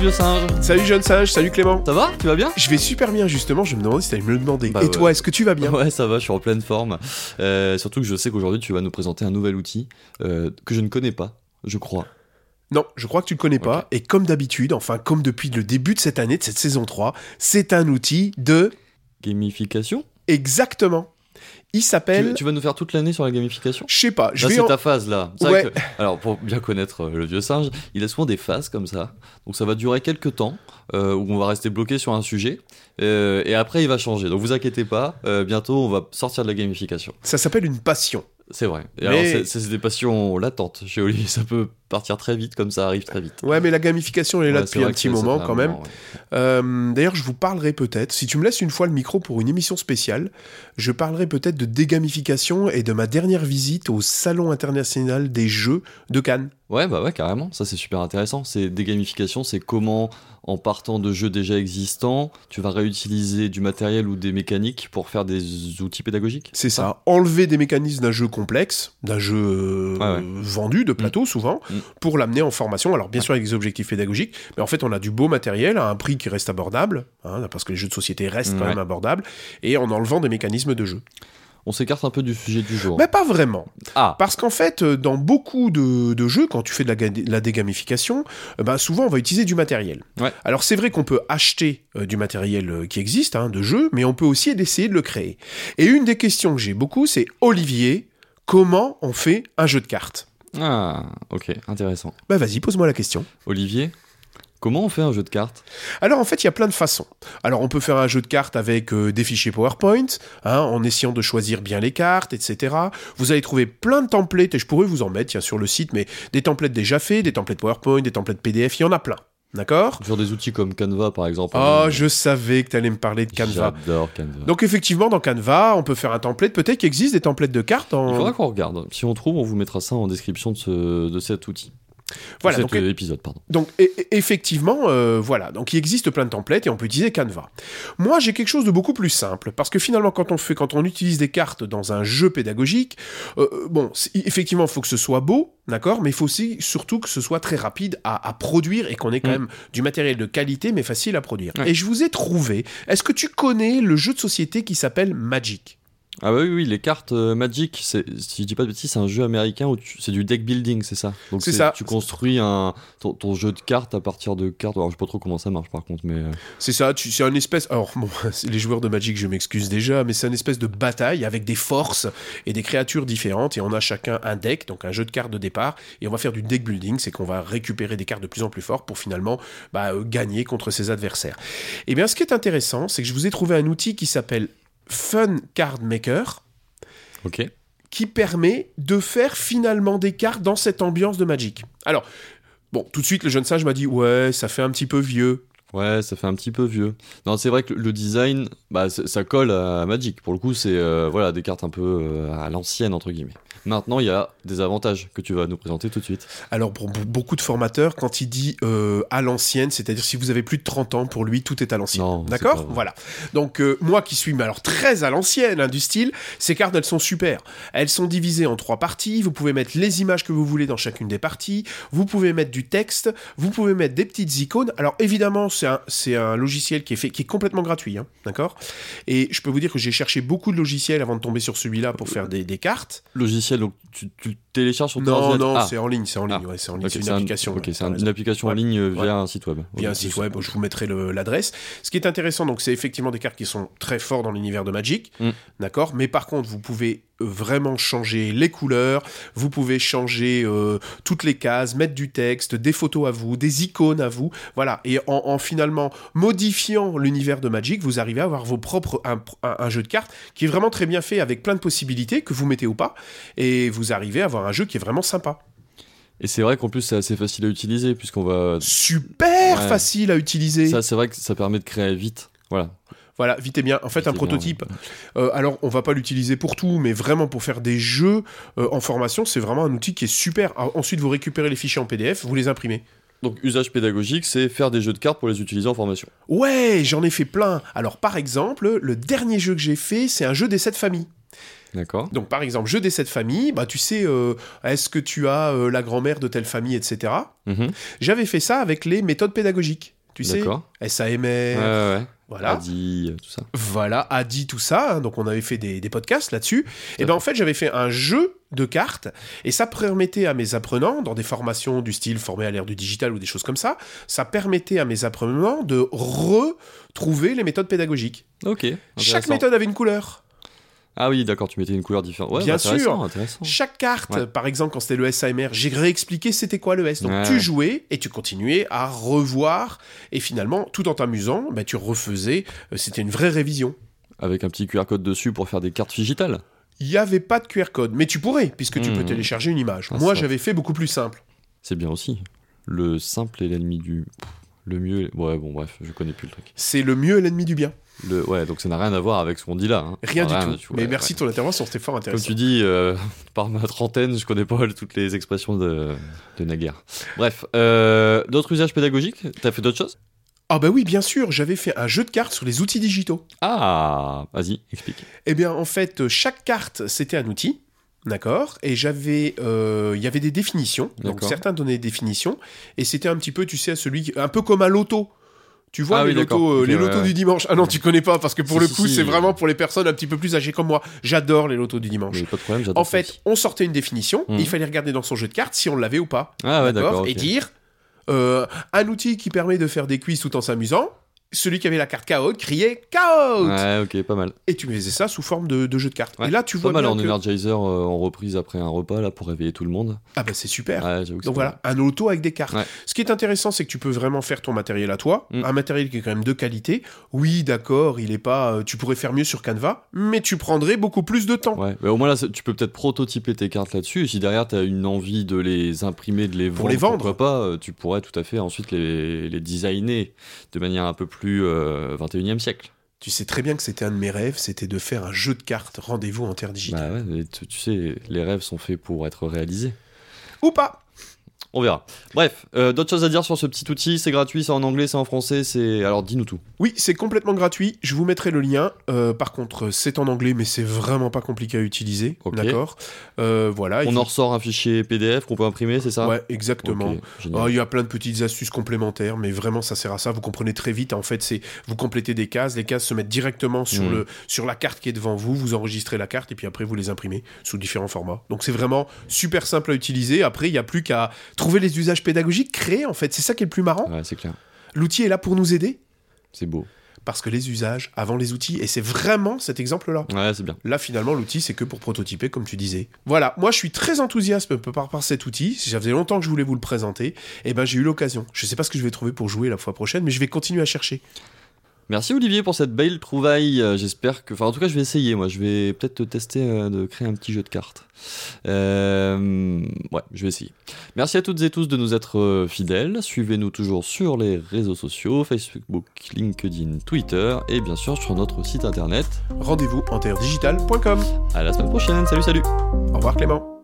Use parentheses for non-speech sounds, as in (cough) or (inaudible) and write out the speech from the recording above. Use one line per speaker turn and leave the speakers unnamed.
vieux singe.
Salut jeune sage, salut Clément.
Ça va Tu vas bien
Je vais super bien justement, je me demandais si t'allais me le demander.
Bah
Et
ouais.
toi, est-ce que tu vas bien
(laughs) Ouais, ça va, je suis en pleine forme. Euh, surtout que je sais qu'aujourd'hui, tu vas nous présenter un nouvel outil euh, que je ne connais pas, je crois.
Non, je crois que tu le connais pas. Et comme d'habitude, enfin comme depuis le début de cette année, de cette saison 3, c'est un outil de...
Gamification
Exactement. Il
tu,
s'appelle...
tu vas nous faire toute l'année sur la gamification
Je sais pas, je
Là,
vais
c'est
en-
ta phase, là. C'est
Ouais.
vrai que- alors, pour bien connaître euh, le vieux singe, il a souvent des phases comme ça. Donc, ça va durer quelques temps euh, où on va rester bloqué sur un sujet. euh, et après, il va changer. Donc, vous inquiétez pas, euh, bientôt, on va sortir de la gamification.
Ça s'appelle une passion.
C'est vrai. Et
Mais-
alors, c'est- c'est des passions latentes chez Olivier. Ça peut partir très vite, comme ça arrive très vite.
Ouais, mais la gamification, elle est là
Ouais, c'est
depuis
vrai
un
que
petit
ça fait
moment
un
quand même.
moment, ouais.
Euh, D'ailleurs, je vous parlerai peut-être, si tu me laisses une fois le micro pour une émission spéciale, je parlerai peut-être de dégamification et de ma dernière visite au Salon international des jeux de Cannes.
Ouais, bah ouais, carrément. Ça, c'est super intéressant. C'est des gamifications, c'est comment, en partant de jeux déjà existants, tu vas réutiliser du matériel ou des mécaniques pour faire des outils pédagogiques.
C'est ça, enlever des mécanismes d'un jeu complexe, d'un jeu euh,
Ouais, ouais.
vendu, de plateau souvent,
Mm.
pour l'amener en formation. Alors bien sûr avec des objectifs pédagogiques, mais en fait on a du beau matériel à un prix qui reste abordable, hein, parce que les jeux de société restent quand
Mm, Ouais.
même abordables, et en enlevant des mécanismes de jeu.
On s'écarte un peu du sujet du jour.
Mais pas vraiment.
Ah,
Parce qu'en fait, euh, dans beaucoup de, de jeux, quand tu fais de la, ga- de la dégamification, euh, bah, souvent on va utiliser du matériel.
Ouais.
Alors c'est vrai qu'on peut acheter euh, du matériel euh, qui existe, hein, de jeu, mais on peut aussi essayer de le créer. Et une des questions que j'ai beaucoup, c'est Olivier, comment on fait un jeu de cartes
ah, ok, intéressant.
Bah vas-y, pose-moi la question.
Olivier, comment on fait un jeu de cartes
Alors en fait, il y a plein de façons. Alors on peut faire un jeu de cartes avec euh, des fichiers PowerPoint, hein, en essayant de choisir bien les cartes, etc. Vous allez trouver plein de templates, et je pourrais vous en mettre tiens, sur le site, mais des templates déjà faits, des templates PowerPoint, des templates PDF, il y en a plein. D'accord
Sur des outils comme Canva, par exemple.
Ah,
Euh,
je savais que t'allais me parler de Canva.
J'adore Canva.
Donc effectivement, dans Canva, on peut faire un template. Peut-être qu'il existe des templates de cartes
Il faudra
en...
qu'on regarde. Si on trouve, on vous mettra ça en description de, ce, de cet outil.
Voilà,
de
donc
cet euh, épisode, pardon.
Donc e- e- effectivement, euh, voilà, donc il existe plein de templates et on peut utiliser Canva. Moi, j'ai quelque chose de beaucoup plus simple parce que finalement, quand on fait, quand on utilise des cartes dans un jeu pédagogique, euh, euh, bon, c'est- effectivement, il faut que ce soit beau, d'accord, mais il faut aussi surtout que ce soit très rapide à, à produire et qu'on ait quand
Mm.
même du matériel de qualité mais facile à produire.
Ouais.
Et je vous ai trouvé. Est-ce que tu connais le jeu de société qui s'appelle Magic
Ah bah oui, oui, les cartes euh, Magic, c'est- si je dis pas de bêtises, c'est un jeu américain où tu- c'est du deck building, c'est ça Donc
C'est ça.
Tu construis un, ton, ton jeu de cartes à partir de cartes. Alors je sais pas trop comment ça marche par contre, mais... euh,
C'est ça, tu- c'est un espèce. Alors, bon, (laughs) c'est les joueurs de Magic, je m'excuse déjà, mais c'est un espèce de bataille avec des forces et des créatures différentes. Et on a chacun un deck, donc un jeu de cartes de départ. Et on va faire du deck building, c'est qu'on va récupérer des cartes de plus en plus fortes pour finalement bah, euh, gagner contre ses adversaires. Et bien, ce qui est intéressant, c'est que je vous ai trouvé un outil qui s'appelle Fun Card Maker,
Ok.
qui permet de faire finalement des cartes dans cette ambiance de Magic. Alors. Bon, tout de suite, le jeune sage m'a dit Ouais, ça fait un petit peu vieux.
Ouais, ça fait un petit peu vieux. Non, c'est vrai que le design, bah, c- ça colle à Magic. Pour le coup, c'est euh, voilà des cartes un peu euh, à l'ancienne entre guillemets. Maintenant, il y a des avantages que tu vas nous présenter tout de suite.
Alors pour be- beaucoup de formateurs, quand il dit euh, à l'ancienne, c'est-à-dire si vous avez plus de 30 ans, pour lui tout est à l'ancienne.
Non, c'est pas
D'accord
vrai.
Voilà. Donc euh, moi qui suis mais alors très à l'ancienne hein, du style, ces cartes elles sont super. Elles sont divisées en trois parties, vous pouvez mettre les images que vous voulez dans chacune des parties, vous pouvez mettre du texte, vous pouvez mettre des petites icônes. Alors évidemment, c'est un, c'est un logiciel qui est fait qui est complètement gratuit, hein, d'accord Et je peux vous dire que j'ai cherché beaucoup de logiciels avant de tomber sur celui-là
Euh,
pour faire des, des cartes.
Logiciel, donc tu, tu le télécharges sur ton
Non,
ordinateur.
non,
Ah,
c'est en ligne, c'est en ligne, ouais, c'est en ligne,
ok,
c'est une
un-
application.
ok,
ouais,
c'est
t'as
un-
raison.
une application en
Ouais.
ligne euh,
Ouais.
via un site web.
via
Ok,
un site
c'est-
web, je vous mettrai le- l'adresse. Ce qui est intéressant, donc, c'est effectivement des cartes qui sont très fortes dans l'univers de Magic,
Mm.
d'accord Mais par contre, vous pouvez euh, vraiment changer les couleurs, vous pouvez changer euh, toutes les cases, mettre du texte, des photos à vous, des icônes à vous, voilà. Et en, en finalement modifiant l'univers de Magic, vous arrivez à avoir vos propres un, un- un jeu de cartes qui est vraiment très bien fait avec plein de possibilités que vous mettez ou pas, et vous arrivez à avoir un jeu qui est vraiment sympa.
Et c'est vrai qu'en plus, c'est assez facile à utiliser puisqu'on va.
Super
Ouais.
facile à utiliser.
Ça, c'est vrai que ça permet de créer vite. Voilà.
Voilà, vite et bien. En fait,
Vite
un
et bien,
prototype. euh, alors, on va pas l'utiliser pour tout, mais vraiment pour faire des jeux euh, en formation, c'est vraiment un outil qui est super. Ah, ensuite, vous récupérez les fichiers en PDF, vous les imprimez.
Donc, usage pédagogique, c'est faire des jeux de cartes pour les utiliser en formation.
Ouais, j'en ai fait plein. Alors, par exemple, le dernier jeu que j'ai fait, c'est un jeu des sept familles.
D'accord.
Donc, par exemple, jeu des sept familles, bah, tu sais, euh, est-ce que tu as euh, la grand-mère de telle famille, etc.
Mhm.
J'avais fait ça avec les méthodes pédagogiques. tu sais,
D'accord.
SAMR,
Ouais, ouais, ouais.
voilà.
Adi, euh, tout ça.
Voilà, a dit tout ça, hein, donc on avait fait des, des podcasts là-dessus.
à
Et ben en fait, j'avais fait un jeu de cartes, et ça permettait à mes apprenants, dans des formations du style formé à l'ère du digital ou des choses comme ça, ça permettait à mes apprenants de retrouver les méthodes pédagogiques.
Ok.
Chaque
intéressant.
méthode avait une couleur.
Ah oui, d'accord, tu mettais une couleur différente. Ouais,
Bien
bah, intéressant,
sûr.
Intéressant.
Chaque carte,
Ouais.
par exemple, quand c'était le SAMR, j'ai réexpliqué c'était quoi le S. Donc
Ouais.
tu jouais et tu continuais à revoir, et finalement, tout en t'amusant, ben, tu refaisais, euh, c'était une vraie révision.
Avec un petit QR code dessus pour faire des cartes digitales.
Il n'y avait pas de QR code, mais tu pourrais, puisque tu
Mmh.
peux télécharger une image.
Ah,
Moi,
ça.
j'avais fait beaucoup plus simple.
C'est bien aussi. Le simple est l'ennemi du. Pff, Le mieux. est- Ouais, bon, bref, je connais plus le truc.
C'est le mieux et l'ennemi du bien.
Le... Ouais, donc ça n'a rien à voir avec ce qu'on dit là. hein.
Rien
Ah,
du tout.
ouais,
mais
ouais.
merci de ton intervention, c'était fort
Comme
intéressant.
tu dis, euh, (laughs) par ma trentaine, je connais pas toutes les expressions de, de naguère. Bref, euh, d'autres usages pédagogiques T'as fait d'autres choses
Ah bah oui, bien sûr, j'avais fait un jeu de cartes sur les outils digitaux.
Ah Vas-y, explique.
Eh bien, en fait, euh, chaque carte, c'était un outil. D'accord Et j'avais. euh, Il y avait des définitions. Donc
D'accord.
certains donnaient des définitions. Et c'était un petit peu, tu sais, à celui. Un peu comme un loto. Tu vois,
Ah
les,
oui, d'accord.
lotos, euh,
Ok,
les
ouais,
lotos
ouais.
du dimanche. Ah non, tu connais pas, parce que pour
Si,
le
si,
coup,
si.
c'est vraiment pour les personnes un petit peu plus âgées comme moi. J'adore les lotos du dimanche.
Mais pas de problème, j'adore.
En fait, on sortait une définition,
Mhm.
il fallait regarder dans son jeu de cartes si on l'avait ou pas.
Ah ouais, d'accord.
Et
ok.
dire euh, un outil qui permet de faire des quiz tout en s'amusant. Celui qui avait la carte KO criait KO
Ouais, ok, pas mal.
Et tu faisais ça sous forme de, de jeu de cartes.
Ouais,
et là, tu
Pas
vois
mal
bien
en
que-
Energizer euh, en reprise après un repas là pour réveiller tout le monde.
Ah bah c'est super.
Ouais, j'avoue que c'est
Donc
pas
voilà, un auto avec des cartes.
Ouais.
Ce qui est intéressant, c'est que tu peux vraiment faire ton matériel à toi,
Mm.
un matériel qui est quand même de qualité. Oui, d'accord, il est pas. euh, Tu pourrais faire mieux sur Canva, mais tu prendrais beaucoup plus de temps.
mal. Ouais, mais au moins là, c'est- tu peux peut-être prototyper tes cartes là-dessus. Et si derrière, tu as une envie de les imprimer, de les
Pour
vendre,
les vendre.
pourquoi pas, euh, tu pourrais tout à fait ensuite les, les designer de manière un peu plus euh, 21e siècle.
Tu sais très bien que c'était un de mes rêves, c'était de faire un jeu de cartes. Rendez-vous en terre digitale.
Bah ouais, mais tu, tu sais, les rêves sont faits pour être réalisés.
Ou pas
On verra. Bref, euh, d'autres choses à dire sur ce petit outil C'est gratuit, c'est en anglais, c'est en français, c'est. Alors dis-nous tout.
Oui, c'est complètement gratuit. Je vous mettrai le lien. Euh, par contre, c'est en anglais, mais c'est vraiment pas compliqué à utiliser.
Ok.
D'accord Euh, Voilà. et
On
vous-
en ressort un fichier PDF qu'on peut imprimer, c'est ça
Ouais, exactement.
Ok, génial.
Ah, il y a plein de petites astuces complémentaires, mais vraiment ça sert à ça. Vous comprenez très vite. En fait, c'est vous complétez des cases, les cases se mettent directement sur
Mm.
le sur la carte qui est devant vous. Vous enregistrez la carte et puis après vous les imprimez sous différents formats. Donc c'est vraiment super simple à utiliser. Après, il n'y a plus qu'à trouver les usages pédagogiques, créer en fait. C'est ça qui est le plus marrant.
Ouais, c'est clair.
L'outil est là pour nous aider
C'est beau.
parce que les usages avant les outils. Et c'est vraiment cet exemple-là.
Ouais, c'est bien.
Là, finalement, l'outil, c'est que pour prototyper, comme tu disais. Voilà, moi, je suis très enthousiaste par, par cet outil. Si ça faisait longtemps que je voulais vous le présenter, et ben, j'ai eu l'occasion. Je sais pas ce que je vais trouver pour jouer la fois prochaine, mais je vais continuer à chercher.
Merci Olivier pour cette belle trouvaille. Euh, J'espère que. Enfin, en tout cas, je vais essayer. Moi, je vais peut-être te tester euh, de créer un petit jeu de cartes. Euh, Ouais, je vais essayer. Merci à toutes et tous de nous être euh, fidèles. Suivez-nous toujours sur les réseaux sociaux Facebook, LinkedIn, Twitter et bien sûr sur notre site internet.
Rendez-vous en terredigital.com.
À la semaine prochaine. Salut, salut.
Au revoir, Clément.